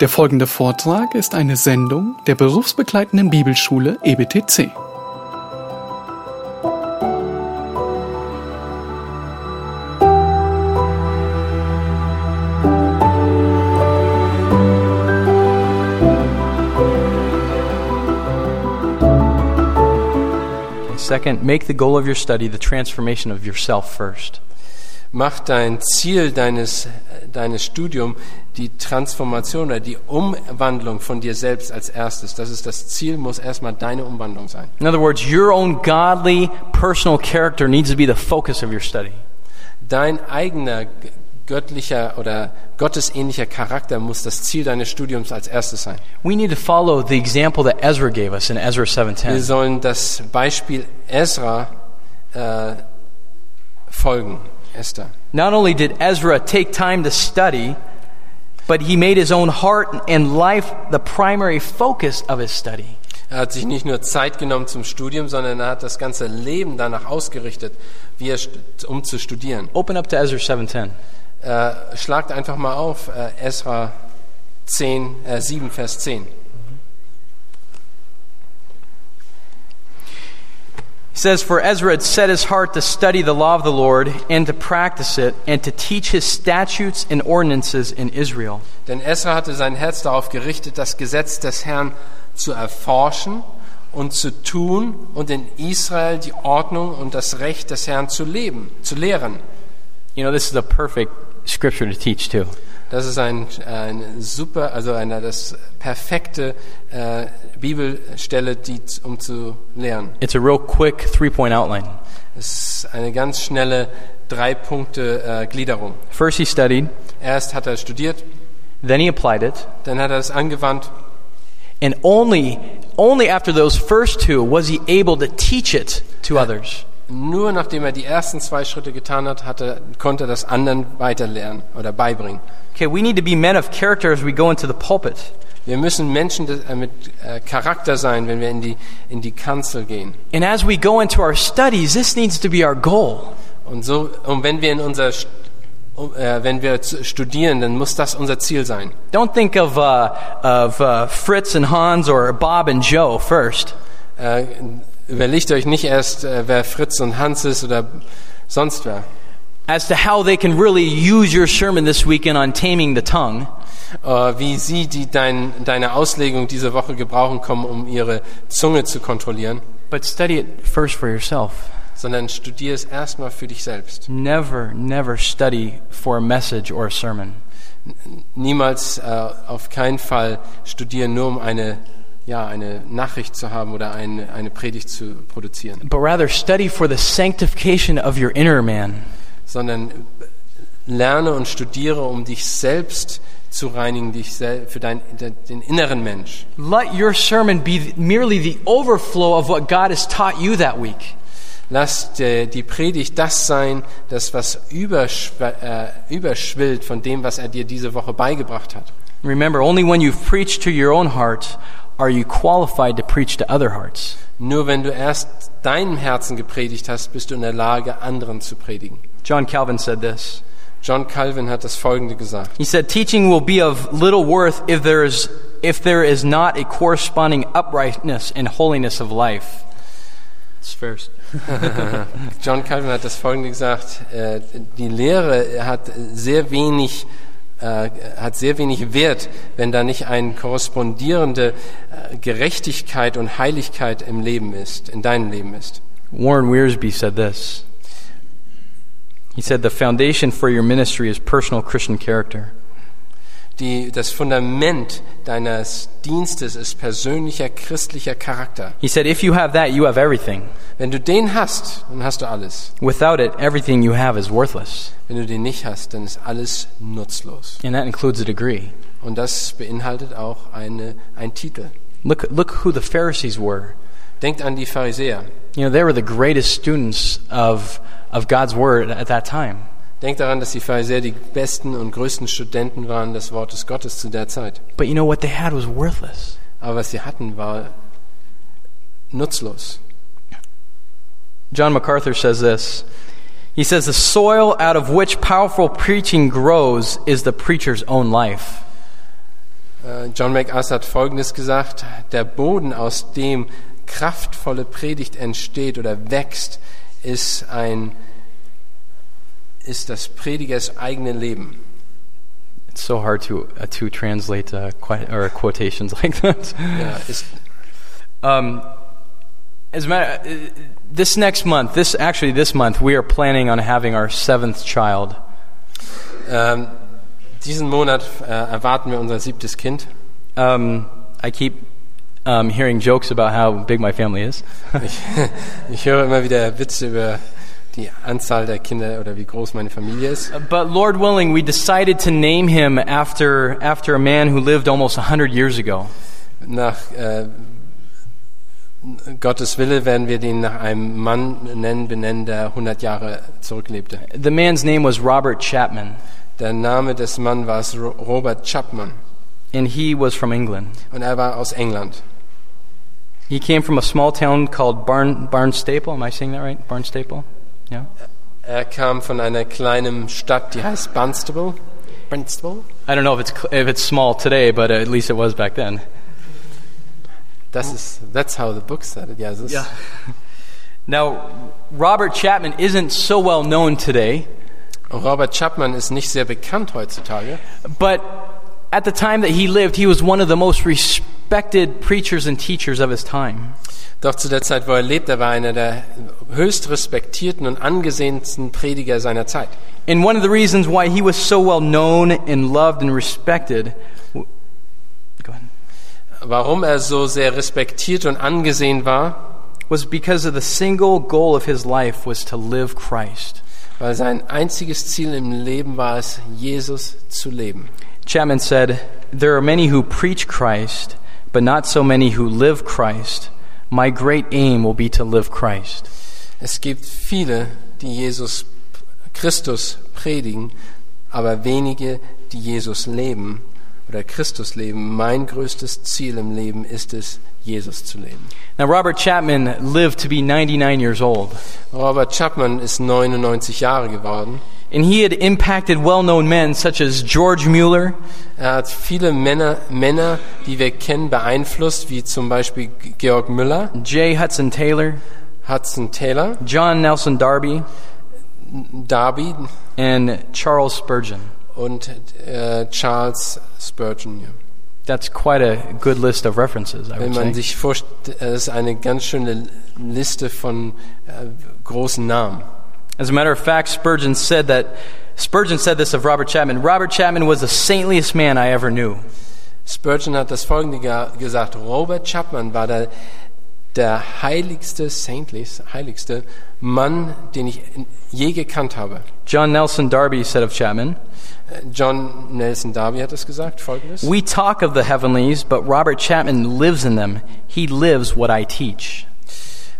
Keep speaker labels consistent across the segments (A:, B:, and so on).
A: Der folgende Vortrag ist eine Sendung der berufsbegleitenden Bibelschule E EBTC.
B: Second, make the goal of your study the transformation of yourself first.
C: Mach dein Ziel deines, deines Studiums die Transformation oder die Umwandlung von dir selbst als erstes. Das ist das Ziel, muss erstmal deine Umwandlung sein.
B: In other words, your own godly personal character needs to be the focus of your study.
C: Dein eigener g- göttlicher oder gottesähnlicher Charakter muss das Ziel deines Studiums als erstes sein.
B: We need to follow the example that Ezra gave us in Ezra
C: Wir
B: 7:10.
C: sollen das Beispiel Ezra äh, folgen. Esther.
B: Not only did Ezra take time to study, but he made his own heart and life the primary focus of his study.
C: Er hat sich nicht nur Zeit genommen zum Studium, sondern er hat das ganze Leben danach ausgerichtet, wie er, st- um zu studieren.
B: Open up to Ezra 7:10.
C: Äh, schlagt einfach mal auf, äh, Esra 10, äh, 7, Vers 10.
B: He says, For Ezra had set his heart to study the law of the Lord and to practice it and to teach his statutes and ordinances in Israel.
C: Denn Esra hatte sein Herz darauf gerichtet, das Gesetz des Herrn zu erforschen und zu tun und in Israel die Ordnung und das Recht des Herrn zu leben, zu lehren.
B: You know, this is a perfect scripture to teach too.
C: Das ist ein, ein super, also eine das perfekte äh, Bibelstelle, die z- um zu lehren.
B: It's a real quick three point outline.
C: Es ist eine ganz schnelle drei Punkte äh, Gliederung.
B: First, he studied,
C: Erst hat er studiert,
B: then he applied it,
C: dann hat er es angewandt
B: and only, only after those first two was he able to teach it to others.
C: Nur nachdem er die ersten zwei Schritte getan hat, hatte, konnte er das anderen weiterlernen oder beibringen.
B: Okay, we need to be men of character as we go into the pulpit.
C: Wir müssen Menschen des- äh, mit äh, Charakter sein, wenn wir in die, in die Kanzel gehen.
B: And as we go into our studies, this needs to be our goal.
C: Und, so, und wenn wir, in unser, St- um, äh, wenn wir zu- studieren, dann muss das unser Ziel sein.
B: Don't think of, uh, of uh, Fritz and Hans or Bob and Joe first.
C: Äh, überlegt euch nicht erst, äh, wer Fritz und Hans ist oder sonst wer.
B: As to how they can really use your sermon this weekend on taming the tongue,
C: Äh, wie sie die dein, deine Auslegung diese Woche gebrauchen kommen, um ihre Zunge zu kontrollieren,
B: but study it first for yourself.
C: sondern studier es erstmal für dich selbst.
B: Never, never study for a message or a sermon.
C: niemals äh, auf keinen Fall studieren, nur um eine, ja, eine Nachricht zu haben oder eine, eine Predigt zu produzieren,
B: But rather study for the sanctification of your inner man.
C: sondern lerne und studiere, um dich selbst zu reinigen, dich sel für dein, de, den inneren Mensch.
B: Let your sermon be merely the overflow of what God has taught you that week.
C: Lass die, die Predigt das sein, das was überschw äh, überschwillt von dem, was er dir diese Woche beigebracht hat.
B: Remember, only when you've preached to your own heart are you qualified to preach to other hearts.
C: Nur wenn du erst deinem Herzen gepredigt hast, bist du in der Lage, anderen zu predigen.
B: John Calvin said this.
C: John Calvin hat das Folgende gesagt.
B: He said, Teaching will be of little worth if there is, if there is not a corresponding uprightness and holiness of life. It's first.
C: John Calvin hat das folgende gesagt, äh, die Lehre hat sehr wenig äh, hat sehr wenig Wert, wenn da nicht eine korrespondierende äh, Gerechtigkeit und Heiligkeit im Leben ist, in deinem Leben ist.
B: Warren Wearsby said this. He said, The foundation for your ministry is personal Christian character.
C: Die, das Fundament deines Dienstes ist persönlicher christlicher Charakter.
B: He said, If you have that, you have everything.
C: Wenn du den hast, dann hast du alles.
B: Without it, everything you have is worthless.
C: Wenn du den nicht hast, dann ist alles nutzlos.
B: And that includes a degree.
C: Und das beinhaltet auch eine, ein Titel.
B: Look, look who the Pharisees were.
C: Denkt an die Pharisäer.
B: You know, they were the greatest students of, of God's Word at that time.
C: Denkt daran, dass die Pharisäer die besten und größten Studenten waren des Wortes Gottes zu der Zeit.
B: But you know what they had was worthless.
C: Aber was sie hatten, war nutzlos.
B: John MacArthur says this. He says, The soil out of which powerful preaching grows is the preacher's own life.
C: Äh, Äh, John MacArthur hat Folgendes gesagt, der Boden, aus dem kraftvolle Predigt entsteht oder wächst, ist, ein, ist das Predigers eigene Leben.
B: It's so hard to uh, to translate uh, qui- or quotations like that.
C: Ja, ist,
B: Um, as a matter, uh, this next month, this actually this month, we are planning on having our seventh child.
C: ähm, diesen Monat äh, erwarten wir unser siebtes Kind.
B: Um, I keep um, hearing jokes about how big my family is.
C: Ich, ich höre immer wieder Witze über die Anzahl der Kinder oder wie groß meine Familie ist.
B: Uh, But Lord willing, we decided to name him after after a man who lived almost 100 years ago.
C: Nach äh, Gottes Wille werden wir den nach einem Mann nennen, benennen, der 100 Jahre zurücklebte.
B: The man's name was Robert Chapman,
C: Der Name des Mannes war es Ro- Robert Chapman
B: and he was from England.
C: und er war aus England.
B: He came from a small town called Barn Barnstaple. Am I saying that right? Barnstaple. Yeah.
C: Er kam von einer kleinen Stadt, die heißt Barnstable. Barnstable?
B: I don't know if it's cl- if it's small today, but at least it was back then.
C: Das ist, that's how the book started. Ja, es ist,
B: Now, Robert Chapman isn't so well known today,
C: Robert Chapman ist nicht sehr bekannt heutzutage.
B: but at the time that he lived, he was one of the most respected preachers and teachers of his time.
C: Doch zu der Zeit, wo er lebte, war einer der höchst respektierten und angesehensten Prediger seiner Zeit.
B: And one of the reasons why he was so well known and loved and respected. w- Go ahead.
C: Warum er so sehr respektiert und angesehen war,
B: Was because of the single goal of his life was to live Christ.
C: weil sein einziges Ziel im Leben war es, Jesus zu leben.
B: Chapman said, There are many who preach Christ, but not so many who live Christ. My great aim will be to live Christ.
C: Es gibt viele, die Jesus Christus predigen, aber wenige, die Jesus leben oder Christus leben. Mein größtes Ziel im Leben ist es, Jesus zu leben.
B: Now, Robert Chapman lived to be 99 years old,
C: Robert Chapman ist 99 Jahre geworden.
B: and he had impacted well known men such as George Mueller,
C: Er hat viele Männer, Männer, die wir kennen, beeinflusst, wie zum Beispiel Georg Müller,
B: J. Hudson Taylor,
C: Hudson Taylor,
B: John Nelson Darby,
C: Darby
B: and Charles Spurgeon.
C: und äh, Charles Spurgeon. ja.
B: That's quite a good list of references, I
C: Wenn
B: would
C: man
B: say.
C: sich vorstellt, das ist eine ganz schöne Liste von äh, großen Namen.
B: As a matter of fact, Spurgeon said that Spurgeon said this of Robert Chapman. Robert Chapman was the saintliest man I ever knew.
C: Spurgeon hat das folgende ge- gesagt, Robert Chapman war der, der heiligste, saintlichste, heiligste Mann, den ich je gekannt habe.
B: John Nelson Darby said of Chapman,
C: Äh, John Nelson Darby hat es gesagt, folgendes.
B: We talk of the heavenlies, but Robert Chapman lives in them. He lives what I teach.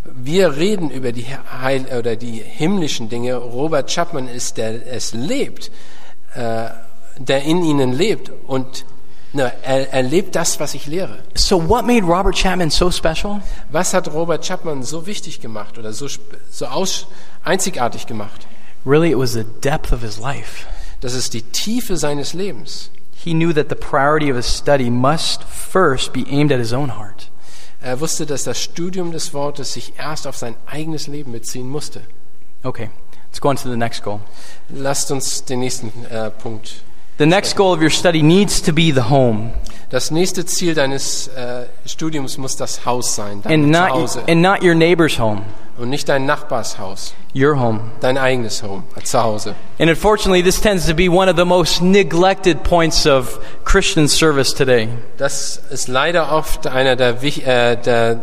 C: Wir reden über die Heil oder die himmlischen Dinge. Robert Chapman ist der, der es lebt, äh, der in ihnen lebt und ne, er, er lebt das, was ich lehre.
B: So, what made Robert Chapman so special?
C: Was hat Robert Chapman so wichtig gemacht oder so sp- so aus, einzigartig gemacht?
B: Really, it was the depth of his life.
C: Das ist die Tiefe seines Lebens.
B: He knew that the priority of his study must first be aimed at his own heart.
C: Er wusste, dass das Studium des Wortes sich erst auf sein eigenes Leben beziehen musste.
B: Okay, let's go on to the next goal.
C: Lasst uns den nächsten äh, Punkt.
B: The next goal of your study needs to be the home
C: Das nächste Ziel deines äh, Studiums muss das Haus sein,
B: and
C: dein Zuhause.
B: not, e- and not your neighbor's home,
C: und nicht dein Nachbarshaus,
B: your home.
C: dein eigenes Home, äh, zu Hause.
B: And unfortunately, this tends to be one of the most neglected points of Christian service today.
C: Das ist leider oft einer der, wich- äh, der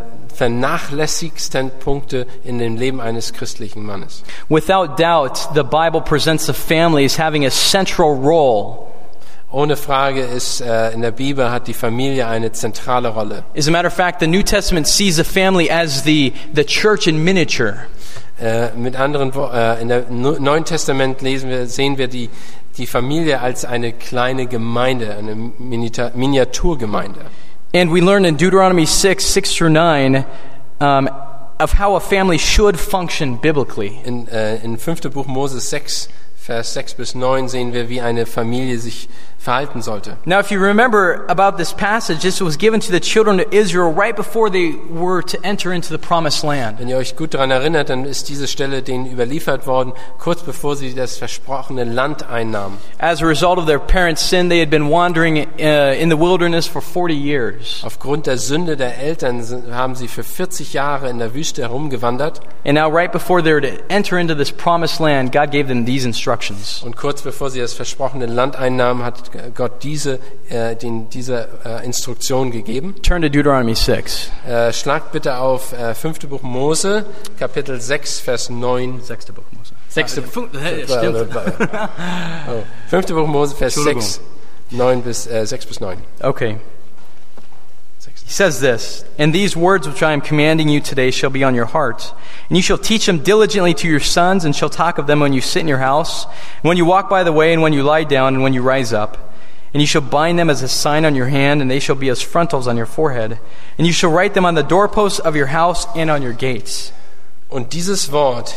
C: vernachlässigsten Punkte in dem Leben eines christlichen Mannes.
B: Without doubt, the Bible presents the family as having a central role.
C: Ohne Frage ist äh, in der Bibel hat die Familie eine zentrale Rolle.
B: As a matter of fact, the New Testament sees the family as the, the church in miniature.
C: Äh, mit anderen Wo- äh, in der No- Neuen Testament lesen wir, sehen wir die die Familie als eine kleine Gemeinde, eine Minita Miniaturgemeinde.
B: And we learn in Deuteronomy 6, 6 through 9, um, of how a family should function biblically.
C: In, äh, in 5. Buch Moses 6, Vers 6 bis 9 sehen wir, wie eine Familie sich verhalten sollte.
B: Now, if you remember about this passage, this was given to the children of Israel right before they were to enter into the promised land.
C: Wenn ihr euch gut daran erinnert, dann ist diese Stelle denen überliefert worden, kurz bevor sie das versprochene Land einnahmen.
B: As a result of their parents' sin, they had been wandering uh, in the wilderness for 40 years.
C: Aufgrund der Sünde der Eltern sind- haben sie für 40 Jahre in der Wüste herumgewandert
B: And now, right before they were to enter into this promised land, God gave them these instructions
C: und kurz bevor sie das versprochene Land einnahmen, hat Gott diese, äh, den, diese äh, Instruktion gegeben.
B: Turn to Deuteronomy 6.
C: Äh, schlagt bitte auf äh, 5. Buch Mose, Kapitel 6, Vers 9.
B: Sechste Buch Mose.
C: Sechste-
B: stimmt.
C: Äh, Oh. 5. Buch Mose, Vers
B: Entschuldigung.
C: 6, 9 bis, äh, 6 bis 9.
B: Okay. He says this, and these words which I am commanding you today shall be on your hearts, and you shall teach them diligently to your sons, and shall talk of them when you sit in your house, and when you walk by the way, and when you lie down, and when you rise up. And you shall bind them as a sign on your hand, and they shall be as frontals on your forehead. And you shall write them on the doorposts of your house and on your gates.
C: Und dieses Wort,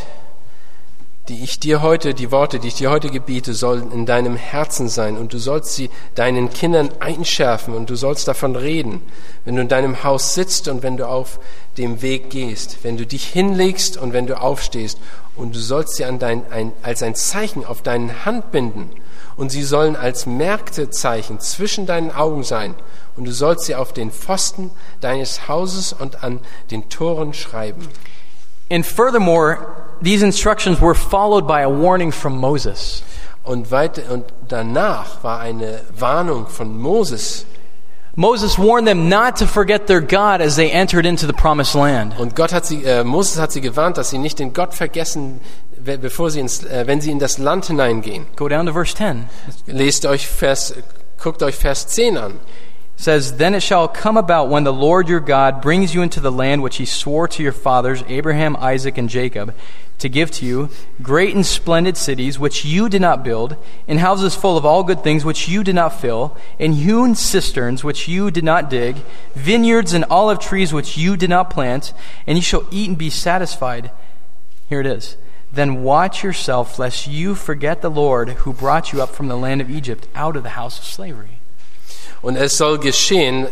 C: die ich dir heute, die Worte, die ich dir heute gebiete, sollen in deinem Herzen sein und du sollst sie deinen Kindern einschärfen und du sollst davon reden, wenn du in deinem Haus sitzt und wenn du auf dem Weg gehst, wenn du dich hinlegst und wenn du aufstehst und du sollst sie an dein, ein, als ein Zeichen auf deinen Hand binden und sie sollen als Märktezeichen zwischen deinen Augen sein und du sollst sie auf den Pfosten deines Hauses und an den Toren schreiben.
B: And furthermore, these instructions were followed by a warning from Moses.
C: Und, weit, und danach war eine Warnung von Moses.
B: Moses warned them not to forget their God as they entered into the promised land.
C: Und Gott hat sie, äh, Moses hat sie gewarnt, dass sie nicht den Gott vergessen, we- bevor sie ins, äh, wenn sie in das Land hineingehen.
B: Go down to verse 10.
C: Lest euch Vers, guckt euch Vers 10 an.
B: It says, Then it shall come about when the Lord your God brings you into the land which he swore to your fathers, Abraham, Isaac, and Jacob, to give to you, great and splendid cities which you did not build, and houses full of all good things which you did not fill, and hewn cisterns which you did not dig, vineyards and olive trees which you did not plant, and you shall eat and be satisfied. Here it is. Then watch yourself, lest you forget the Lord who brought you up from the land of Egypt, out of the house of slavery.
C: Und es soll geschehen, äh,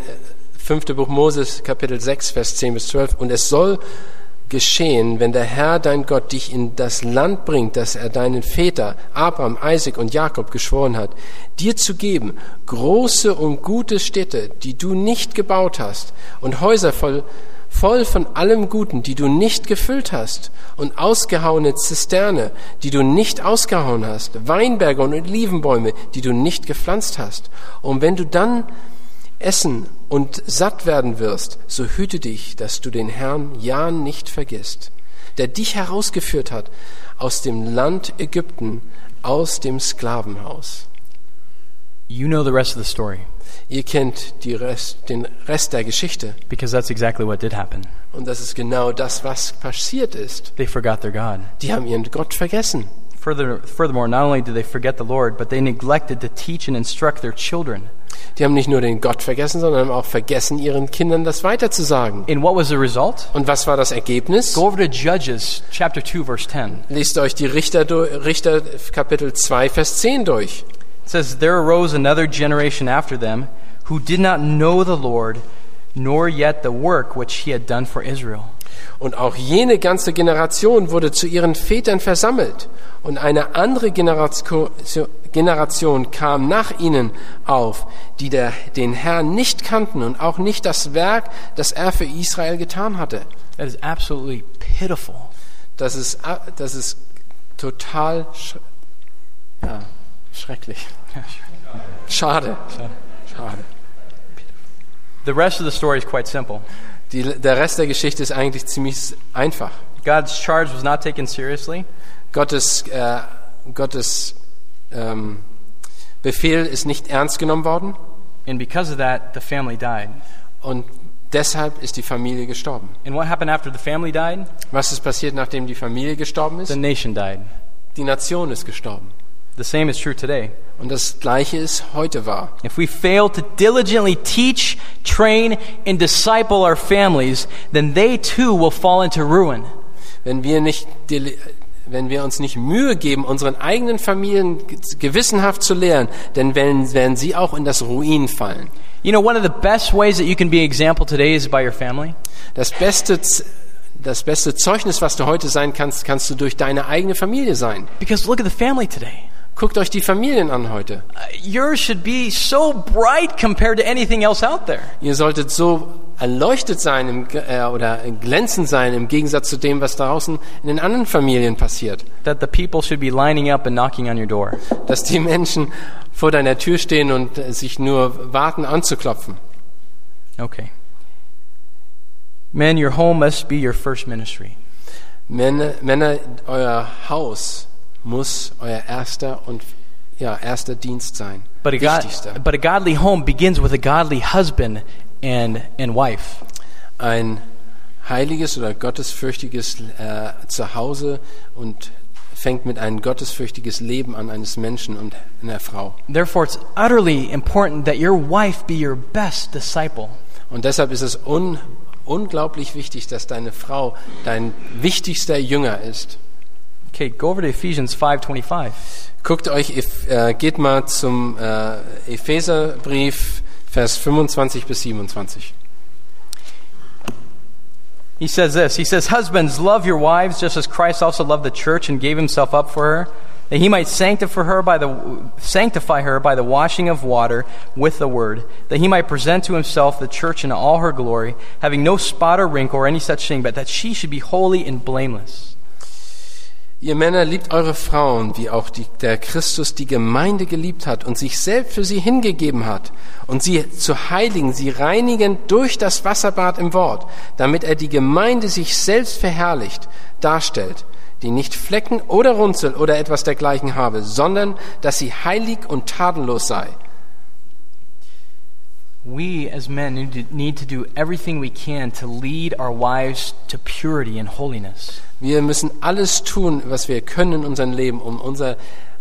C: 5. Buch Moses, Kapitel 6, Vers 10 bis 12, und es soll geschehen, wenn der Herr, dein Gott, dich in das Land bringt, das er deinen Väter, Abraham, Isaac und Jakob geschworen hat, dir zu geben, große und gute Städte, die du nicht gebaut hast, und Häuser voll, voll von allem Guten, die du nicht gefüllt hast, und ausgehauene Zisterne, die du nicht ausgehauen hast, Weinberge und Olivenbäume, die du nicht gepflanzt hast. Und wenn du dann essen und satt werden wirst, so hüte dich, dass du den Herrn ja nicht vergisst, der dich herausgeführt hat aus dem Land Ägypten, aus dem Sklavenhaus.
B: You know the rest of the story
C: Ihr kennt die Rest, den Rest der Geschichte
B: because that's exactly what did happen.
C: und das ist genau das, was passiert ist.
B: They forgot their God.
C: Die haben ihren Gott vergessen.
B: Further, furthermore, not only did they forget the Lord, but they neglected to teach and instruct their children.
C: Die haben nicht nur den Gott vergessen, sondern haben auch vergessen, ihren Kindern das weiterzusagen.
B: And what was the result?
C: Und was war das Ergebnis?
B: Go over to Judges chapter 2, verse 10.
C: Lest euch die Richter, Richter Kapitel 2, Vers 10 durch.
B: It says, There arose another generation after them who did not know the Lord, nor yet the work which he had done for Israel.
C: Und auch jene ganze Generation wurde zu ihren Vätern versammelt. Und eine andere Generatio- Generation kam nach ihnen auf, die der, den Herrn nicht kannten und auch nicht das Werk, das er für Israel getan hatte.
B: That is absolutely pitiful.
C: Das ist, a- das ist total sch ja, schrecklich. Schade. Schade.
B: The rest of the story is quite simple.
C: Die, der Rest der Geschichte ist eigentlich ziemlich einfach.
B: God's charge was not taken seriously.
C: Gottes, äh, Gottes ähm, Befehl ist nicht ernst genommen worden
B: And because of that, the family died.
C: und deshalb ist die Familie gestorben.
B: And what happened after the family died?
C: Was ist passiert, nachdem die Familie gestorben
B: The
C: ist?
B: nation died.
C: Die Nation ist gestorben.
B: The same is true today.
C: Und das Gleiche ist heute wahr.
B: If we fail to diligently teach, train, and disciple our families, then they too will fall into ruin.
C: Wenn wir nicht dil- wenn wir uns nicht Mühe geben, unseren eigenen Familien gewissenhaft zu lehren, dann werden, werden sie auch in das Ruin fallen.
B: You know, one of the best ways that you can be an example today is by your family.
C: Das beste, Z- das beste Zeugnis, was du heute sein kannst, kannst du durch deine eigene Familie sein.
B: Because look at the family today.
C: Guckt euch die Familien an heute.
B: Uh, yours should be so bright compared to anything else out there.
C: Ihr solltet so erleuchtet sein im, Ge- äh, oder glänzend sein im Gegensatz zu dem, was draußen in den anderen Familien passiert.
B: That the people should be lining up and knocking on your door.
C: Dass die Menschen vor deiner Tür stehen und äh, sich nur warten anzuklopfen.
B: Okay. Men, your home must be your first ministry.
C: Männer, Männer euer Haus muss euer erster und ja, erster Dienst sein.
B: But a, god-
C: Wichtigster.
B: but a godly home begins with a godly husband and, and wife.
C: Ein heiliges oder gottesfürchtiges äh, Zuhause und fängt mit einem gottesfürchtiges Leben an eines Menschen und einer Frau.
B: Therefore, it's utterly important that your wife be your best disciple.
C: Und deshalb ist es un, unglaublich wichtig, dass deine Frau dein wichtigster Jünger ist.
B: Okay, go over to Ephesians 5:25.
C: Guckt euch, Eph- äh, geht mal zum äh, Epheserbrief, Vers 25 bis 27.
B: He says this. He says, "Husbands, love your wives just as Christ also loved the church and gave himself up for her, that he might sanctify her by the sanctify her by the washing of water with the word, that he might present to himself the church in all her glory, having no spot or wrinkle or any such thing, but that she should be holy and blameless."
C: Ihr Männer liebt eure Frauen, wie auch die, der Christus die Gemeinde geliebt hat und sich selbst für sie hingegeben hat und sie zu heiligen, sie reinigen durch das Wasserbad im Wort, damit er die Gemeinde sich selbst verherrlicht, darstellt, die nicht Flecken oder Runzel oder etwas dergleichen habe, sondern dass sie heilig und tadellos sei.
B: We as men need to, need to do everything we can to lead our wives to purity and holiness.
C: Wir müssen alles tun, was wir können in unserem Leben, um unser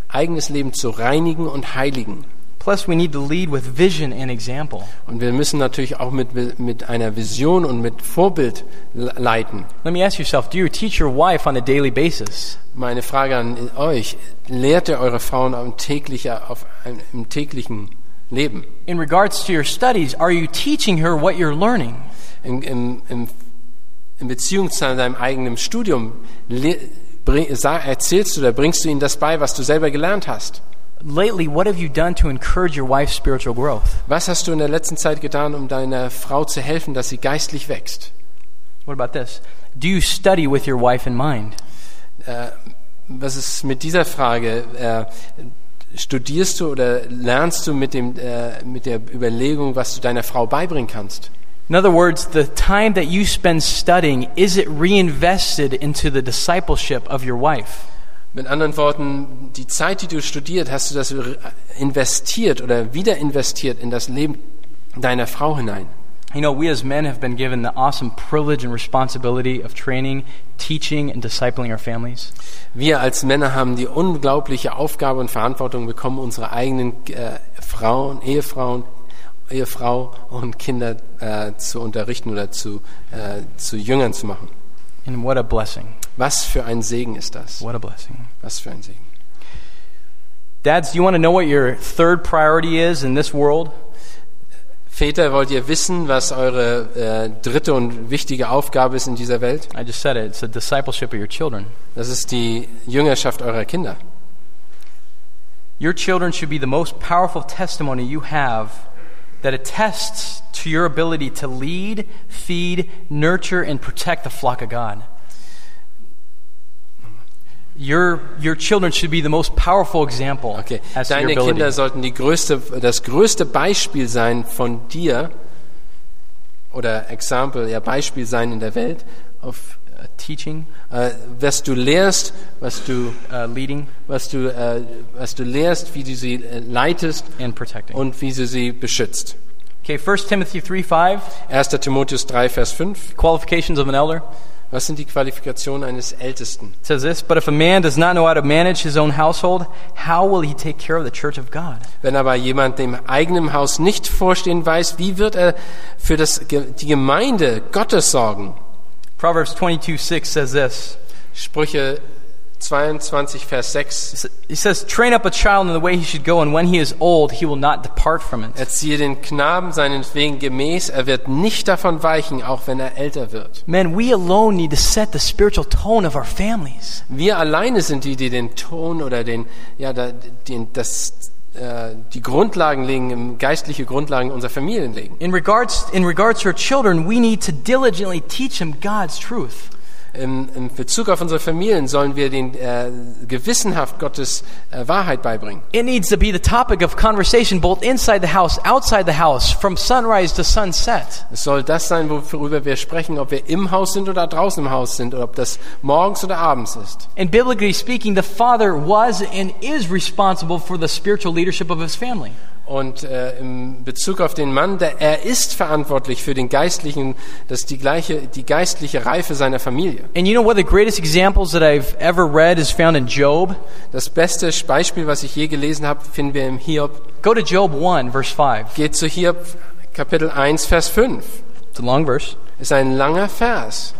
C: eigenes Leben zu reinigen und heiligen.
B: Plus, we need to lead with vision and example.
C: Und wir müssen natürlich auch mit, mit einer Vision und mit Vorbild le- leiten.
B: Let me ask yourself do you teach your wife on a daily basis?
C: Meine Frage an euch, lehrt ihr eure Frauen auf täglicher, auf einem, im täglichen Leben?
B: In regards to your studies, are you teaching her what you're learning?
C: In, in, in, in Beziehung zu deinem eigenen Studium, le- bring, sa- erzählst du oder bringst du ihnen das bei, was du selber gelernt hast?
B: Lately, what have you done to encourage your wife's spiritual growth?
C: Was hast du in der letzten Zeit getan, um deiner Frau zu helfen, dass sie geistlich wächst?
B: What about this? Do you study with your wife in mind?
C: Äh, was ist mit dieser Frage? Äh, studierst du oder lernst du mit, dem, äh, mit der Überlegung, was du deiner Frau beibringen kannst?
B: In other words, the time that you spend studying, is it reinvested into the discipleship of your wife?
C: Mit anderen Worten, die Zeit, die du studiert, hast du das investiert oder wieder investiert in das Leben deiner Frau hinein.
B: You know, we as men have been given the awesome privilege and responsibility of training, teaching, and discipling our families.
C: Wir als Männer haben die unglaubliche Aufgabe und Verantwortung bekommen, unsere eigenen äh, Frauen, Ehefrauen, Ehefrau und Kinder äh, zu unterrichten oder zu, äh, zu Jüngern zu machen.
B: And what a blessing.
C: Was für ein Segen ist das?
B: What a blessing.
C: Was für ein Segen.
B: Dads, do you want to know what your third priority is in this world?
C: Väter, wollt ihr wissen, was eure äh, dritte und wichtige Aufgabe ist in dieser Welt?
B: I just said it. It's the discipleship of your children.
C: Das ist die Jüngerschaft eurer Kinder.
B: Your children should be the most powerful testimony you have that attests to your ability to lead, feed, nurture, and protect the flock of God. Your, your children should be the most powerful example
C: Okay.
B: as to your
C: Deine
B: ability.
C: Kinder sollten die größte, das größte Beispiel sein von dir oder Example, ja Beispiel sein in der Welt, auf,
B: Uh, teaching,
C: äh, was du lehrst, was du,
B: uh, leading,
C: was du, äh, was du lehrst, wie du sie äh, leitest
B: and protecting.
C: und wie du sie beschützt.
B: Okay, 1 Timothy 3 5,
C: 1. Timotheus 3, Vers 5.
B: qualifications of an elder.
C: Was sind die Qualifikationen eines Ältesten?
B: It says this But if a man does not know how to manage his own household, how will he take care of the church of God?
C: Wenn aber jemand dem eigenen Haus nicht vorstehen weiß, wie wird er für das, Ge- die Gemeinde Gottes sorgen?
B: Proverbs 22 6 says this
C: Sprüche 22, Vers 6.
B: He says, Train up a child in the way he should go, and when he is old, he will not depart from it.
C: Erziehe den Knaben seinen Wegen gemäß, er wird nicht davon weichen, auch wenn er älter wird.
B: Men, we alone need to set the spiritual tone of our families.
C: Wir alleine sind die, die den Ton oder den, ja, da- den, das, äh, die Grundlagen legen, ähm, geistliche Grundlagen unserer Familien legen.
B: In regards, in regards to our children, we need to diligently teach them God's truth.
C: Im, Im Bezug auf unsere Familien sollen wir den äh, gewissenhaft Gottes äh, Wahrheit beibringen.
B: It needs to be the topic of conversation both inside the house, outside the house, from sunrise to sunset.
C: Es soll das sein, worüber wir sprechen, ob wir im Haus sind oder draußen im Haus sind, oder ob das morgens oder abends ist.
B: And biblically speaking, the father was and is responsible for the spiritual leadership of his family.
C: Und äh, im Bezug auf den Mann, der, er ist verantwortlich für den geistlichen, das die gleiche, die geistliche Reife seiner Familie.
B: And you know, one of the greatest examples that I've ever read is found in Job.
C: Das beste Beispiel, was ich je gelesen habe, finden wir im Hiob.
B: Go to Job 1, verse 5.
C: Geht zu Hiob Kapitel 1, Vers 5.
B: It's a long verse.
C: Ist ein langer Vers.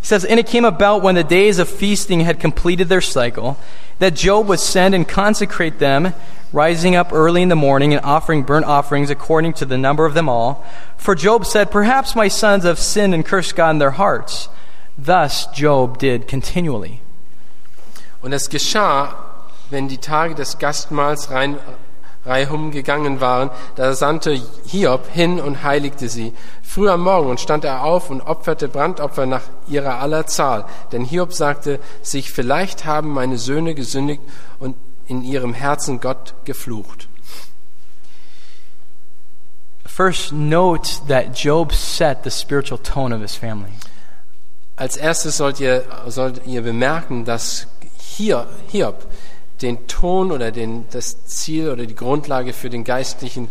B: He says, And it came about when the days of feasting had completed their cycle, that Job would send and consecrate them, rising up early in the morning and offering burnt offerings according to the number of them all. For Job said, Perhaps my sons have sinned and cursed God in their hearts. Thus Job did continually.
C: Und es geschah, wenn die Tage des Gastmahls rein, reihum gegangen waren, da sandte Hiob hin und heiligte sie. Früh am Morgen und stand er auf und opferte Brandopfer nach ihrer aller Zahl. Denn Hiob sagte sich, vielleicht haben meine Söhne gesündigt und in ihrem Herzen Gott geflucht.
B: First, note that Job set the spiritual tone of his family.
C: Als erstes sollt ihr, sollt ihr bemerken, dass hier, Hiob den Ton oder den, das Ziel oder die Grundlage für den geistlichen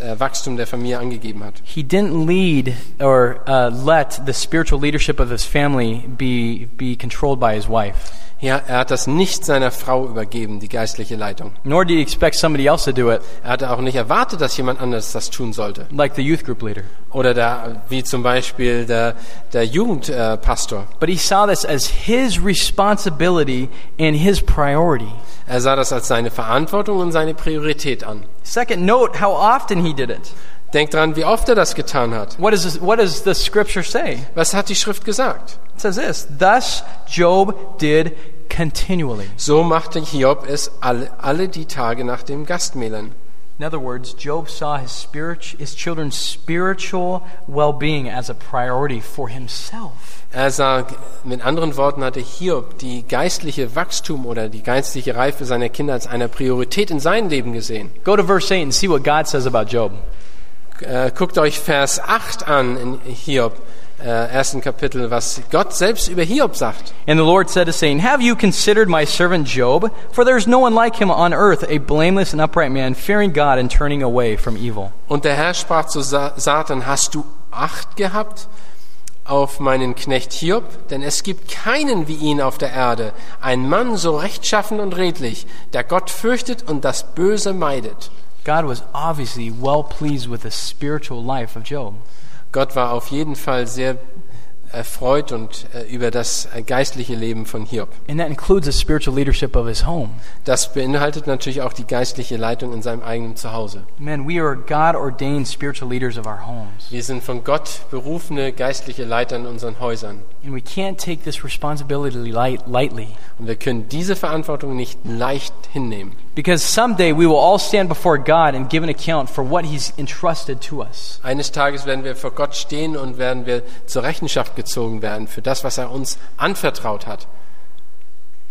C: äh, Wachstum der Familie angegeben hat.
B: He didn't lead or uh, let the spiritual leadership of his family be, be controlled by his wife.
C: Ja, er hat das nicht seiner Frau übergeben, die geistliche Leitung.
B: Nor do you expect somebody else to do it,
C: Er hatte auch nicht erwartet, dass jemand anderes das tun sollte.
B: like the youth group leader.
C: Oder der, wie zum Beispiel der, der Jugendpastor. Äh, Pastor.
B: But he saw this as his responsibility and his priority.
C: er sah das als seine Verantwortung und seine Priorität an.
B: Second, note how often he did it.
C: Denkt dran, wie oft er das getan hat.
B: What, is this, what does the scripture say?
C: Was hat die Schrift gesagt?
B: It says this Thus Job did continually.
C: So machte Hiob es alle, alle die Tage nach dem Gastmählern.
B: In other words, Job saw his, spirit, his children's spiritual well being as a priority for himself.
C: Er sah, mit anderen Worten hatte Hiob die geistliche Wachstum oder die geistliche Reife seiner Kinder als eine Priorität in seinem Leben gesehen.
B: Go to verse 8 and see what God says about Job.
C: Äh, guckt euch Vers 8 an in Hiob, äh, ersten Kapitel, was Gott selbst über Hiob sagt.
B: And the Lord said to Satan, Have you considered my servant Job? For there is no one like him on earth, a blameless and upright man, fearing God and turning away from evil.
C: Und der Herr sprach zu Sa Satan, hast du Acht gehabt auf meinen Knecht Hiob? Denn es gibt keinen wie ihn auf der Erde, ein Mann so rechtschaffen und redlich, der Gott fürchtet und das Böse meidet.
B: God was obviously well pleased with the spiritual life of Job.
C: Gott war auf jeden Fall sehr erfreut und äh, über das äh, geistliche Leben von Hiob.
B: And that includes the spiritual leadership of his home.
C: Das beinhaltet natürlich auch die geistliche Leitung in seinem eigenen Zuhause.
B: Men, we are God ordained spiritual leaders of our homes.
C: Wir sind von Gott berufene geistliche Leiter in unseren Häusern.
B: And we can't take this responsibility light, lightly.
C: Und wir können diese Verantwortung nicht leicht hinnehmen.
B: Because someday we will all stand before God and give an account for what he's entrusted to us.
C: Eines Tages werden wir vor Gott stehen und werden wir zur Rechenschaft gezogen werden für das, was er uns anvertraut hat.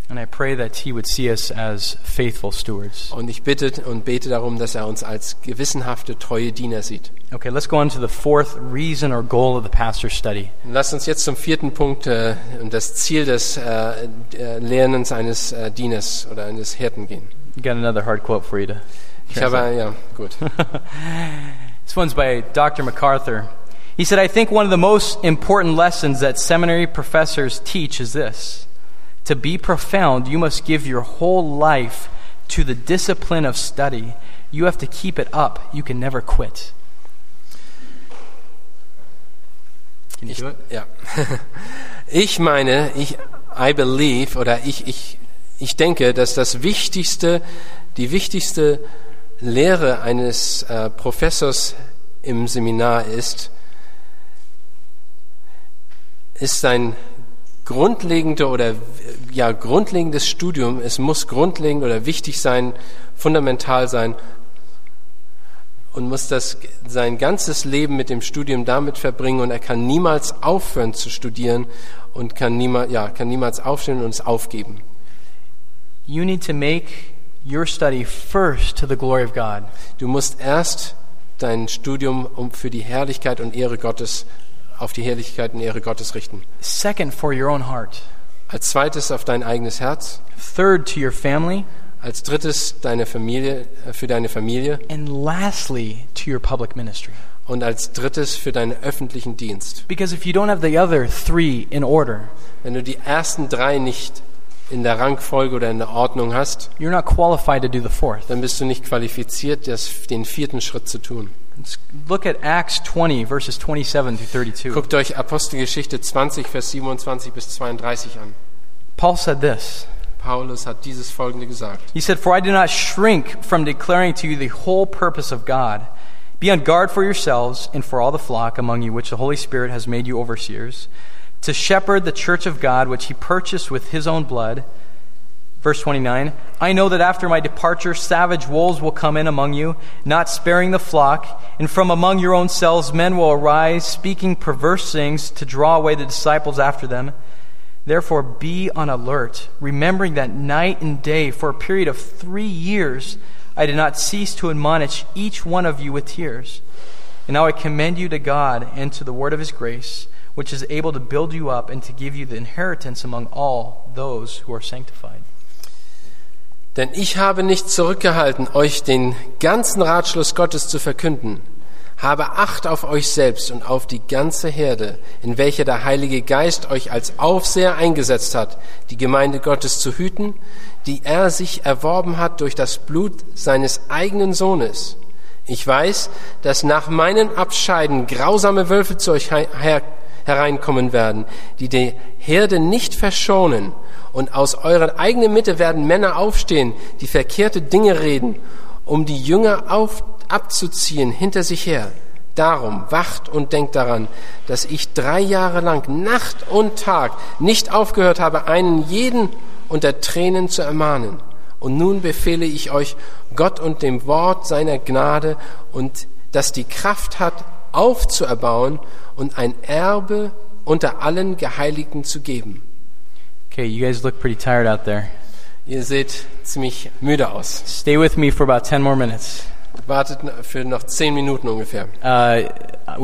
B: And I pray that he would see us as faithful stewards.
C: Und ich bitte und bete darum, dass er uns als gewissenhafte, treue Diener sieht.
B: Okay, let's go on to the fourth reason or goal of the pastor's study.
C: Und lasst uns jetzt zum vierten Punkt äh, und das Ziel des äh, äh, Lernens eines äh, Dieners oder eines Hirten gehen.
B: Got another hard quote for you to.
C: Ich habe, ja, gut.
B: This one's by Dr. MacArthur. He said, I think one of the most important lessons that seminary professors teach is this To be profound, you must give your whole life to the discipline of study. You have to keep it up. You can never quit. Can you
C: Ich,
B: do it?
C: ja. ich meine, ich, I believe, oder ich, ich ich denke, dass das wichtigste, die wichtigste Lehre eines äh, Professors im Seminar ist, ist sein grundlegende oder ja grundlegendes Studium. Es muss grundlegend oder wichtig sein, fundamental sein und muss das sein ganzes Leben mit dem Studium damit verbringen und er kann niemals aufhören zu studieren und kann niemals ja kann niemals aufstehen und es aufgeben.
B: You need to make your study first to the glory of God.
C: Du musst erst dein Studium um für die Herrlichkeit und Ehre Gottes auf die Herrlichkeit und Ehre Gottes richten.
B: Second, for your own heart.
C: Als zweites auf dein eigenes Herz,
B: Third, to your family.
C: als drittes deine Familie äh, für deine Familie
B: And lastly, to your public ministry.
C: und als drittes für deinen öffentlichen Dienst.
B: Because if you don't have the other three in order,
C: Wenn du die ersten drei nicht in der Rangfolge oder in der Ordnung hast,
B: you're not qualified to do the fourth.
C: dann bist du nicht qualifiziert, das, den vierten Schritt zu tun.
B: Let's look at Acts 20, verses 27 through 32.
C: Guckt euch Apostelgeschichte 20, Vers 27 bis 32 an.
B: Paul said this.
C: Paulus hat dieses folgende gesagt.
B: He said, For I do not shrink from declaring to you the whole purpose of God. Be on guard for yourselves and for all the flock among you which the Holy Spirit has made you overseers, to shepherd the church of God which he purchased with his own blood. Verse 29 I know that after my departure, savage wolves will come in among you, not sparing the flock, and from among your own selves men will arise, speaking perverse things to draw away the disciples after them. Therefore, be on alert, remembering that night and day, for a period of three years, I did not cease to admonish each one of you with tears. And now I commend you to God and to the word of his grace, which is able to build you up and to give you the inheritance among all those who are sanctified.
C: Denn ich habe nicht zurückgehalten, euch den ganzen Ratschluss Gottes zu verkünden. Habe Acht auf euch selbst und auf die ganze Herde, in welcher der Heilige Geist euch als Aufseher eingesetzt hat, die Gemeinde Gottes zu hüten, die er sich erworben hat durch das Blut seines eigenen Sohnes. Ich weiß, dass nach meinen Abscheiden grausame Wölfe zu euch hei- her hereinkommen werden, die die Herde nicht verschonen. Und aus eurer eigenen Mitte werden Männer aufstehen, die verkehrte Dinge reden, um die Jünger auf, abzuziehen hinter sich her. Darum wacht und denkt daran, dass ich drei Jahre lang Nacht und Tag nicht aufgehört habe, einen jeden unter Tränen zu ermahnen. Und nun befehle ich euch Gott und dem Wort seiner Gnade und das die Kraft hat, aufzuerbauen und ein Erbe unter allen Geheiligten zu geben.
B: Okay, you guys look pretty tired out there.
C: Ihr seht ziemlich müde aus.
B: Stay with me for about 10 more minutes.
C: Wartet für noch zehn Minuten ungefähr.
B: Uh,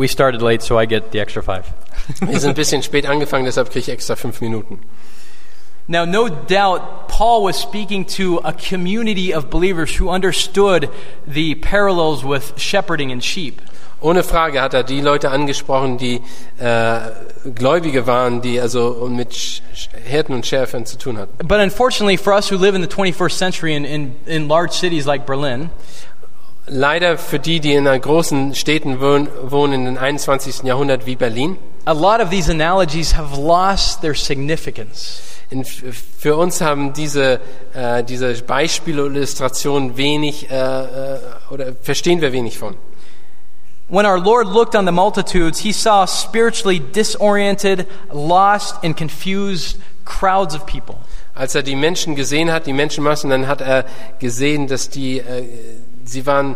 B: we started late, so I get the extra five.
C: Wir sind ein bisschen spät angefangen, deshalb kriege ich extra fünf Minuten.
B: Now, no doubt, Paul was speaking to a community of believers who understood the parallels with shepherding and sheep.
C: Ohne Frage hat er die Leute angesprochen, die äh, Gläubige waren, die also mit Sch- Sch- Hirten und Schäfern zu tun hatten.
B: But unfortunately, for us who live in the 21st century in, in, in large cities like Berlin,
C: Leider für die, die in einer großen Städten wohnen, wohnen in den 21. Jahrhundert wie Berlin,
B: a lot of these analogies have lost their significance.
C: in, für uns haben diese, äh, diese Beispiele und Illustrationen wenig äh, äh, oder verstehen wir wenig von.
B: When our Lord looked on the multitudes, he saw spiritually disoriented, lost, and confused crowds of people.
C: Als er die Menschen gesehen hat, die Menschenmassen, dann hat er gesehen, dass die, äh, sie waren,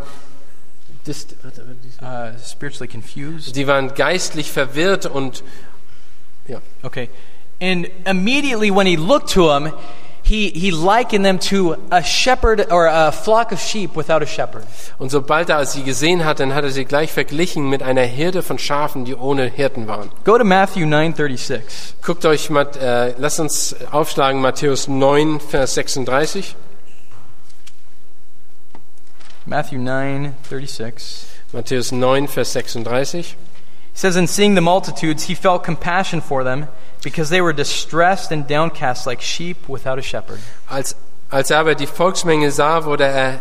C: dis, warte, warte, dis-
B: Uh, spiritually confused.
C: sie waren geistlich verwirrt und ja.
B: Okay. And immediately when he looked to him, he, he likened them to a shepherd or a flock of sheep without a shepherd.
C: Und sobald er sie gesehen hat, dann hat er sie gleich verglichen mit einer Herde von Schafen, die ohne Hirten waren.
B: Go to Matthew 9:36.
C: Guckt euch, mal, äh, lasst uns aufschlagen Matthäus 9, Vers 36.
B: Matthew 9:36.
C: Matthäus 9, Vers 36.
B: He says in seeing the multitudes, he felt compassion for them because they were distressed and downcast like sheep without a shepherd.
C: Als, als er aber die Volksmenge sah, wurde er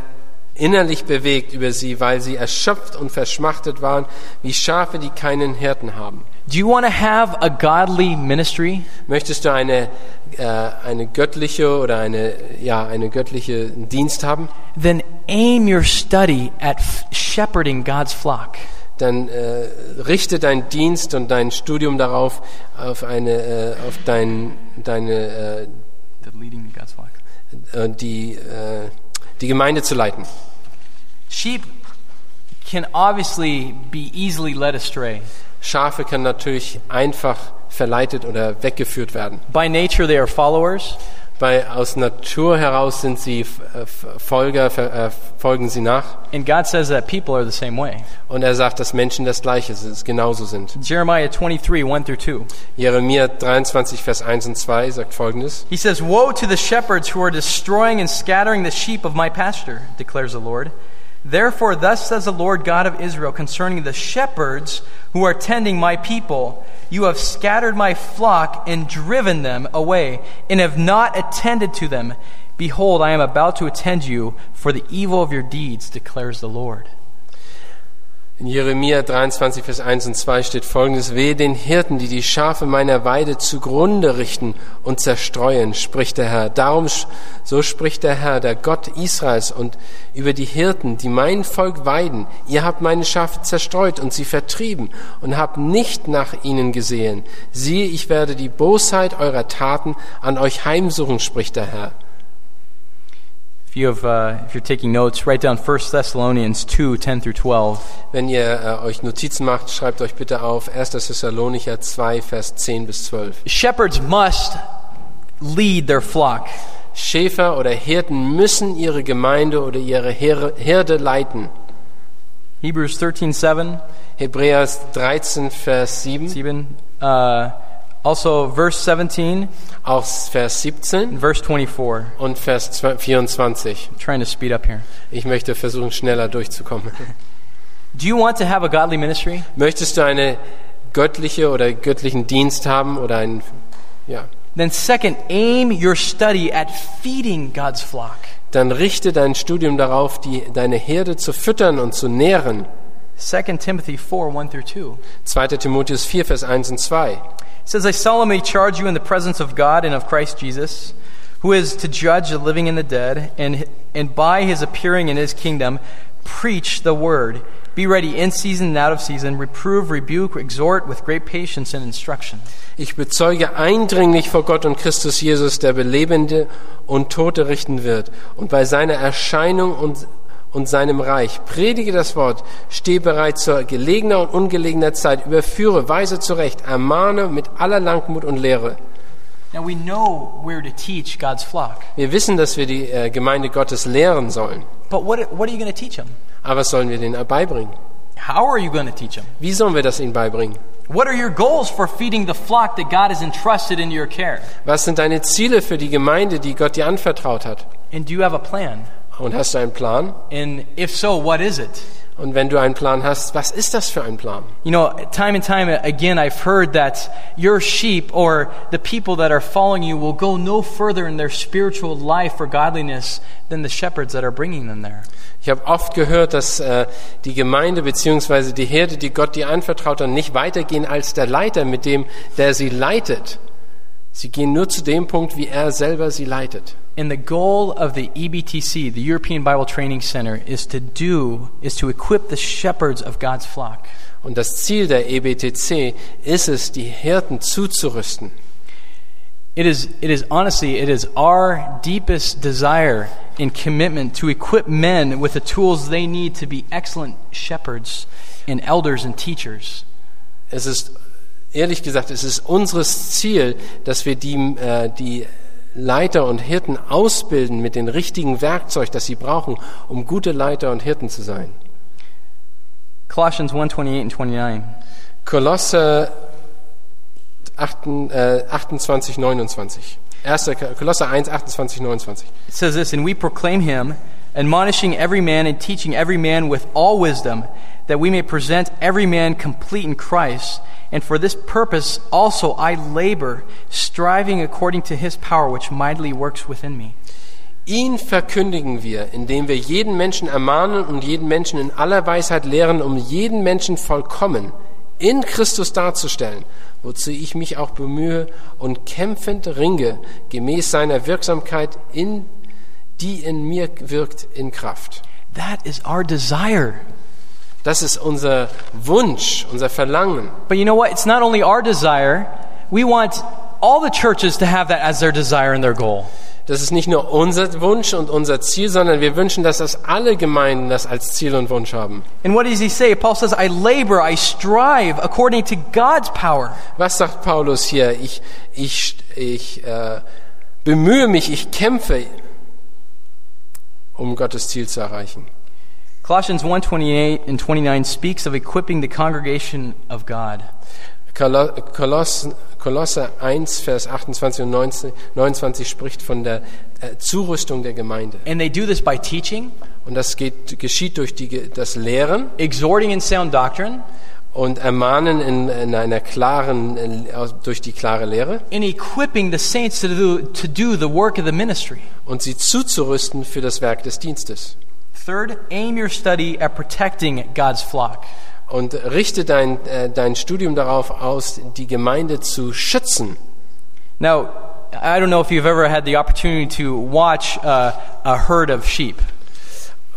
C: innerlich bewegt über sie, weil sie erschöpft und verschmachtet waren, wie Schafe, die keinen Hirten haben.
B: Do you want to have a godly ministry?
C: Möchtest du eine, äh, eine göttliche oder eine, ja, eine göttliche Dienst haben?
B: Then aim your study at f- shepherding God's flock.
C: Dann äh, richte deinen Dienst und dein Studium darauf, auf eine, äh, auf dein, deine,
B: leading God's flock.
C: äh, äh, die, äh, die Gemeinde zu leiten.
B: Sheep can obviously be easily led astray.
C: Schafe können natürlich einfach verleitet oder weggeführt werden.
B: By nature, they are followers.
C: Bei, aus Natur heraus sind sie äh, F- Folger, ver- äh, folgen sie nach.
B: And God says that people are the same way.
C: Und er sagt, dass Menschen das Gleiche sind, es genauso sind.
B: Jeremiah 23, 1 through 2.
C: Jeremia 23, Vers 1 und 2 sagt folgendes.
B: He says, Woe to the shepherds who are destroying and scattering the sheep of my pasture, declares the Lord. Therefore, thus says the Lord God of Israel concerning the shepherds who are tending my people You have scattered my flock and driven them away, and have not attended to them. Behold, I am about to attend you for the evil of your deeds, declares the Lord.
C: In Jeremia 23, Vers 1 und 2 steht folgendes. Wehe den Hirten, die die Schafe meiner Weide zugrunde richten und zerstreuen, spricht der Herr. Darum, sch- so spricht der Herr, der Gott Israels und über die Hirten, die mein Volk weiden. Ihr habt meine Schafe zerstreut und sie vertrieben und habt nicht nach ihnen gesehen. Siehe, ich werde die Bosheit eurer Taten an euch heimsuchen, spricht der Herr.
B: If, you have, uh, if you're taking notes, write down 1 Thessalonians 2 10 through 12.
C: Wenn ihr äh, euch Notizen macht, schreibt euch bitte auf 1. Thessalonicher 2, Vers 10 bis 12.
B: Shepherds must lead their flock.
C: Schäfer oder Hirten müssen ihre Gemeinde oder ihre Herde Herde leiten.
B: Hebrews 13 7.
C: Hebräer 13, Vers 7,
B: Sieben. Uh, also, verse 17
C: auch Vers
B: and
C: 17
B: verse 24.
C: und Vers 12 24.
B: I'm trying to speed up here.
C: Ich möchte versuchen, schneller durchzukommen.
B: Do you want to have a godly ministry?
C: Möchtest du eine göttliche oder göttlichen Dienst haben oder ein, ja,
B: Then, second, aim your study at feeding God's flock.
C: dann richte dein Studium darauf, die, deine Herde zu füttern und zu nähren.
B: 2 Timothy 4 1 through 2.
C: 2. Timotheus 4, Vers 1 und 2.
B: It says, I solemnly charge you in the presence of God and of Christ Jesus, who is to judge the living and the dead, and, and by his appearing in his kingdom, preach the word. Be ready in season and out of season, reprove, rebuke, exhort with great patience and instruction.
C: Ich bezeuge eindringlich vor Gott und Christus Jesus, der Belebende und Tote richten wird, und bei seiner Erscheinung und, und seinem Reich. Predige das Wort, stehe bereit zur gelegener und ungelegener Zeit, überführe, weise zurecht, ermahne mit aller Langmut und Lehre.
B: Now we know where to teach God's flock,
C: Wir wissen, dass wir die äh, Gemeinde Gottes lehren sollen.
B: but what, what are you going to teach them?
C: Aber was sollen wir denen beibringen?
B: How are you going to teach them?
C: Wie sollen wir das ihnen beibringen?
B: What are your goals for feeding the flock that God has entrusted into your care?
C: Was sind deine Ziele für die Gemeinde, die Gott dir anvertraut hat?
B: And do you have a plan?
C: Und hast du einen Plan?
B: And if so, what is it?
C: Und wenn du einen Plan hast, was ist das für ein Plan?
B: You know, time and time again, I've heard that your sheep or the people that are following you will go no further in their spiritual life or godliness than the shepherds that are bringing them there.
C: Ich habe oft gehört, dass äh, die Gemeinde beziehungsweise die Herde, die Gott dir anvertraut hat, nicht weitergehen als der Leiter, mit dem der sie leitet. Sie gehen nur zu dem Punkt, wie er selber sie leitet.
B: And the goal of the E EBTC, the European Bible Training Center, is to do, is to equip the shepherds of God's flock.
C: Und das Ziel der E EBTC ist es, die Hirten zuzurüsten.
B: It is, it is honestly, it is our deepest desire and commitment to equip men with the tools they need to be excellent shepherds and elders and teachers.
C: Es ist, ehrlich gesagt, es ist unseres Ziel, dass wir die, äh, die Leiter und Hirten ausbilden mit dem richtigen Werkzeug, das sie brauchen, um gute Leiter und Hirten zu sein.
B: Colossians 1:28 and 29.
C: Kolosse 8, äh, 28, 29. 1. Kolosse 1, 28, 29.
B: It says this, and we proclaim him, admonishing every man and teaching every man with all wisdom, that we may present every man complete in Christ. And for this purpose also I labor, striving according to his power, which mightily works within me.
C: Ihn verkündigen wir, indem wir jeden Menschen ermahnen und jeden Menschen in aller Weisheit lehren, um jeden Menschen vollkommen in Christus darzustellen, wozu ich mich auch bemühe und kämpfend ringe, gemäß seiner Wirksamkeit, in, die in mir wirkt, in Kraft.
B: That is our desire.
C: Das ist unser Wunsch, unser Verlangen.
B: But you know what? It's not only our desire. We want all the churches to have that as their desire and their goal.
C: Das ist nicht nur unser Wunsch und unser Ziel, sondern wir wünschen, dass das alle Gemeinden das als Ziel und Wunsch haben.
B: And what does he say? Paul says, I labor, I strive according to God's power.
C: Was sagt Paulus hier? Ich, ich, ich äh, bemühe mich, ich kämpfe, um Gottes Ziel zu erreichen.
B: Colossians 1:28 and 29 speaks of equipping the congregation of God.
C: Kolo- Koloss, Kolosser 1, Vers 28 und 19 29 spricht von der äh, Zurüstung der Gemeinde.
B: And they do this by teaching,
C: Und das geht, geschieht durch die, Ge- das Lehren
B: exhorting in sound doctrine,
C: und Ermahnen in, in einer klaren, äh, aus- durch die klare Lehre
B: and equipping the saints to do, to do the work of the ministry.
C: und sie zuzurüsten für das Werk des Dienstes.
B: Third, aim your study at protecting God's flock.
C: Und richte dein, äh, dein Studium darauf aus, die Gemeinde zu schützen.
B: Now, I don't know if you've ever had the opportunity to watch uh, a herd of sheep.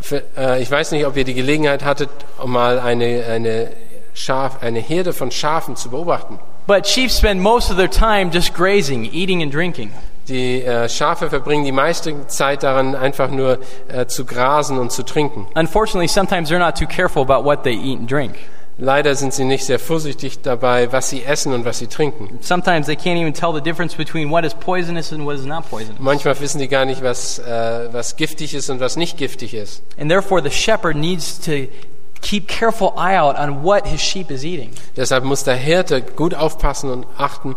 C: Für, äh, ich weiß nicht, ob ihr die Gelegenheit hattet, um mal eine, eine, Schaf, eine Herde von Schafen zu beobachten.
B: But sheep spend most of their time just grazing, eating, and drinking.
C: Die äh, Schafe verbringen die meiste Zeit daran, einfach nur äh, zu grasen und zu trinken.
B: Unfortunately, sometimes they're not too careful about what they eat and drink.
C: Leider sind sie nicht sehr vorsichtig dabei, was sie essen und was sie trinken.
B: Sometimes they can't even tell the difference between what is poisonous and what is not poisonous.
C: Manchmal wissen sie gar nicht, was, äh, was giftig ist und was nicht giftig ist.
B: And therefore, the shepherd needs to keep careful eye out on what his sheep is eating.
C: Deshalb muss der Hirte gut aufpassen und achten,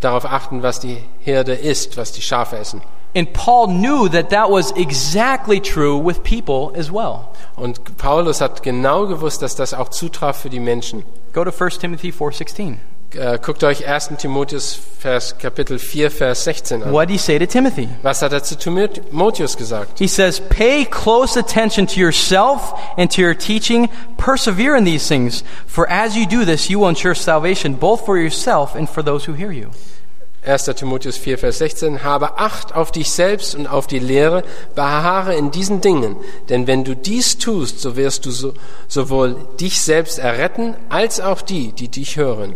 C: darauf achten, was die Herde isst, was die Schafe essen.
B: And Paul knew that that was exactly true with people as well.
C: Und Paulus hat genau gewusst, dass das auch zutraf für die Menschen.
B: Go to 1 Timothy 4:16.
C: Äh, guckt euch 1. Timotheus Vers, Kapitel 4, Vers 16 an.
B: What do you say to Timothy?
C: Was hat er zu Timotheus gesagt?
B: He says, "Pay close attention to yourself and to your teaching, persevere in these things, for as you do this, you will ensure salvation both for yourself and for those who hear you."
C: 1. Timotheus 4, Vers 16, habe Acht auf dich selbst und auf die Lehre, beharre in diesen Dingen, denn wenn du dies tust, so wirst du so, sowohl dich selbst erretten, als auch die, die dich hören.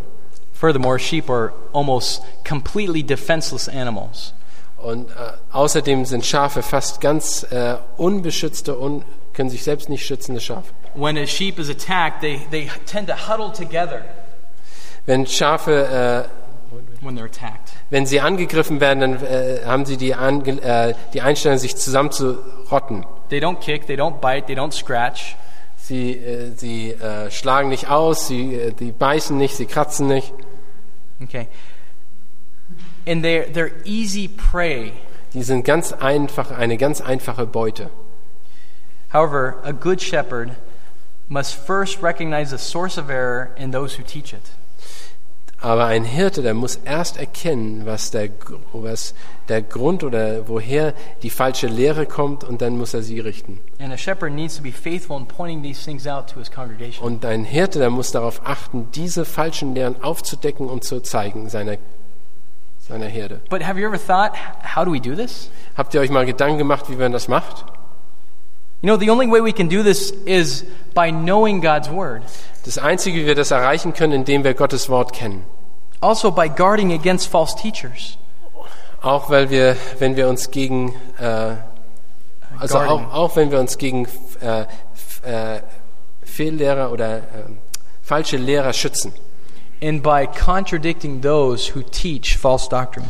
B: Furthermore, sheep are almost completely defenseless animals.
C: Und äh, außerdem sind Schafe fast ganz äh, unbeschützte, un, können sich selbst nicht schützende Schafe.
B: When a sheep is attacked, they, they tend to huddle together
C: Wenn Schafe, äh,
B: when they're attacked.
C: wenn sie angegriffen werden, dann äh, haben sie die, Ange äh, die Einstellung, sich zusammenzurotten.
B: They don't kick, they don't bite, they don't scratch.
C: Sie, äh, sie äh, schlagen nicht aus, sie äh, die beißen nicht, sie kratzen nicht.
B: Okay. And they're, they're easy prey.
C: Die sind ganz einfach, eine ganz einfache Beute.
B: However, a good shepherd must first recognize the source of error in those who teach it.
C: Aber ein Hirte, der muss erst erkennen, was der, Gr- was der Grund oder woher die falsche Lehre kommt und dann muss er sie richten.
B: And a shepherd needs to be faithful in pointing these things out to his congregation.
C: Und ein Hirte, der muss darauf achten, diese falschen Lehren aufzudecken und zu zeigen seiner, seiner Herde.
B: But have you ever thought, how do we do this?
C: Habt ihr euch mal Gedanken gemacht, wie man das macht?
B: You know, the only way we can do this is by knowing God's word,
C: Das Einzige, wie wir das erreichen können, indem wir Gottes Wort kennen.
B: also by guarding against false teachers.
C: Auch weil wir, wenn wir uns gegen, äh, also
B: Garden.
C: auch, auch wenn wir uns gegen äh, f- äh, Fehllehrer oder äh, falsche Lehrer schützen,
B: and by contradicting those who teach false doctrine.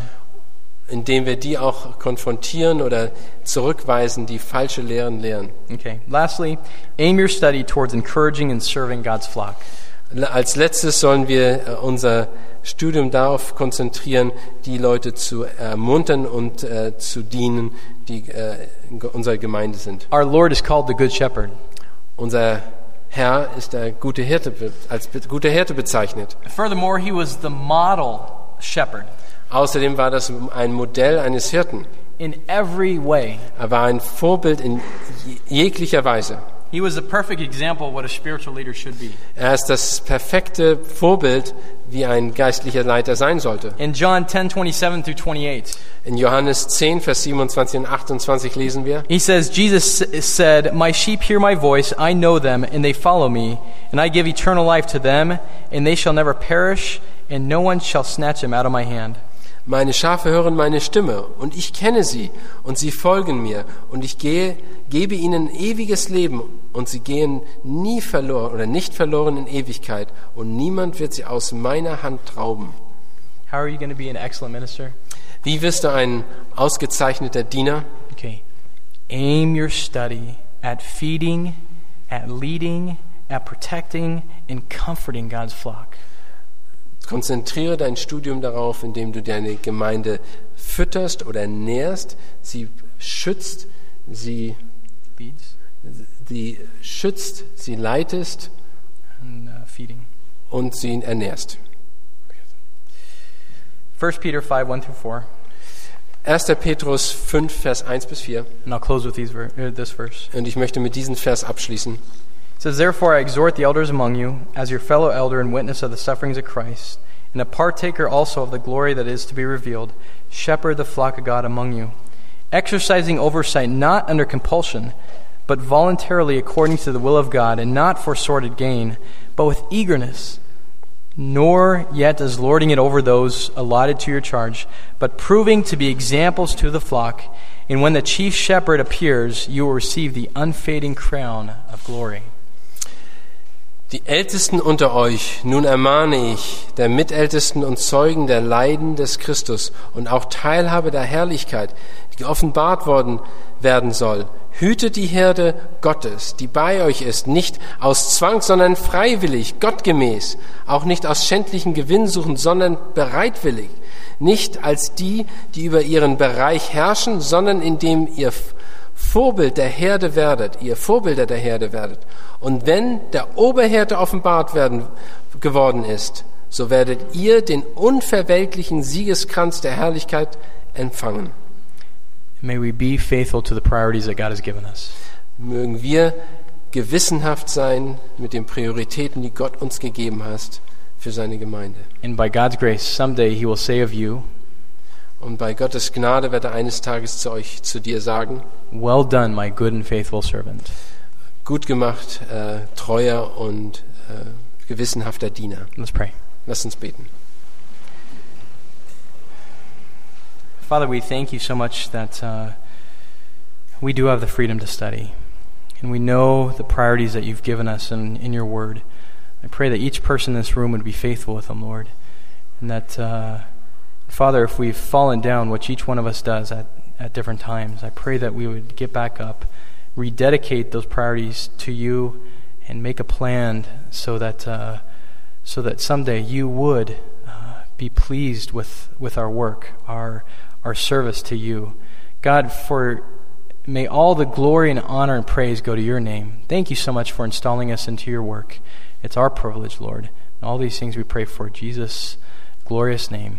C: indem wir die auch konfrontieren oder zurückweisen, die falsche Lehren lehren.
B: Okay. Lastly, aim your study towards encouraging and serving God's flock.
C: Le- Als letztes sollen wir äh, unser Studium darauf konzentrieren, die Leute zu ermuntern und äh, zu dienen, die äh, in ge- unserer Gemeinde sind.
B: Our Lord is called the Good Shepherd.
C: Unser Herr ist der gute Hirte, be- als be- guter Hirte bezeichnet.
B: Furthermore, he was the model shepherd
C: Außerdem war das ein Modell eines Hirten.
B: in every way.
C: Er war ein Vorbild in je- jeglicher Weise.
B: He He was the perfect example of what a spiritual leader should be.
C: Er ist das perfekte Vorbild, wie ein geistlicher Leiter sein sollte.
B: In John 10 27 through 28,
C: In Johannes 10, Vers 27 und 28 lesen wir,
B: he says, Jesus s- said, My sheep hear my voice, I know them, and they follow me, and I give eternal life to them, and they shall never perish, and no one shall snatch them out of my hand.
C: Meine Schafe hören meine Stimme, und ich kenne sie, und sie folgen mir, und ich gehe, gebe ihnen ewiges Leben, und sie gehen nie verloren oder nicht verloren in Ewigkeit, und niemand wird sie aus meiner Hand rauben.
B: How are you going to be an excellent minister?
C: Wie wirst du ein ausgezeichneter Diener?
B: Okay. Aim your study at feeding, at leading, at protecting, and comforting God's flock.
C: Konzentriere dein Studium darauf, indem du deine Gemeinde fütterst oder nährst, sie schützt, sie,
B: Feeds
C: sie schützt, sie leitest
B: and uh, feeding.
C: und sie ernährst.
B: 1 Peter 5 1 through 4.
C: 1. Petrus 5, Vers 1 bis 4.
B: And I'll close with these ver- uh, this verse.
C: Und ich möchte mit diesem Vers abschließen.
B: It says, Therefore I exhort the elders among you, as your fellow elder and witness of the sufferings of Christ, and a partaker also of the glory that is to be revealed, shepherd the flock of God among you, exercising oversight not under compulsion, but voluntarily according to the will of God, and not for sordid gain, but with eagerness. nor yet as lording it over those allotted to your charge, but proving to be examples to the flock. And when the chief shepherd appears, you will receive the unfading crown of glory.
C: Die Ältesten unter euch, nun ermahne ich, der Mitältesten und Zeugen der Leiden des Christus und auch Teilhabe der Herrlichkeit, die offenbart worden werden soll. Hütet die Herde Gottes, die bei euch ist, nicht aus Zwang, sondern freiwillig, gottgemäß, auch nicht aus schändlichen Gewinnsuchen, sondern bereitwillig, nicht als die, die über ihren Bereich herrschen, sondern indem ihr Vorbild der Herde werdet, ihr Vorbilder der Herde werdet. Und wenn der Oberherde offenbart werden, geworden ist, so werdet ihr den unverwelklichen Siegeskranz der Herrlichkeit empfangen.
B: May we be faithful to the priorities that God has given us.
C: Mögen wir gewissenhaft sein mit den Prioritäten, die Gott uns gegeben hat für seine Gemeinde.
B: And by God's grace, someday He will say of you,
C: Und bei Gottes Gnade wird er eines Tages zu euch, zu dir sagen,
B: Well done, my good and faithful servant.
C: gut gemacht, äh, treuer und äh, gewissenhafter Diener.
B: Let's pray.
C: Lass uns beten.
B: Father, we thank you so much that uh, we do have the freedom to study. And we know the priorities that you've given us in, in your word. I pray that each person in this room would be faithful with them, Lord. And that, uh, Father, if we've fallen down, which each one of us does at, at different times, I pray that we would get back up, rededicate those priorities to you, and make a plan so that, uh, so that someday you would uh, be pleased with, with our work, our, our service to you. God, for may all the glory and honor and praise go to your name. Thank you so much for installing us into your work. It's our privilege, Lord. And all these things we pray for in Jesus' glorious name.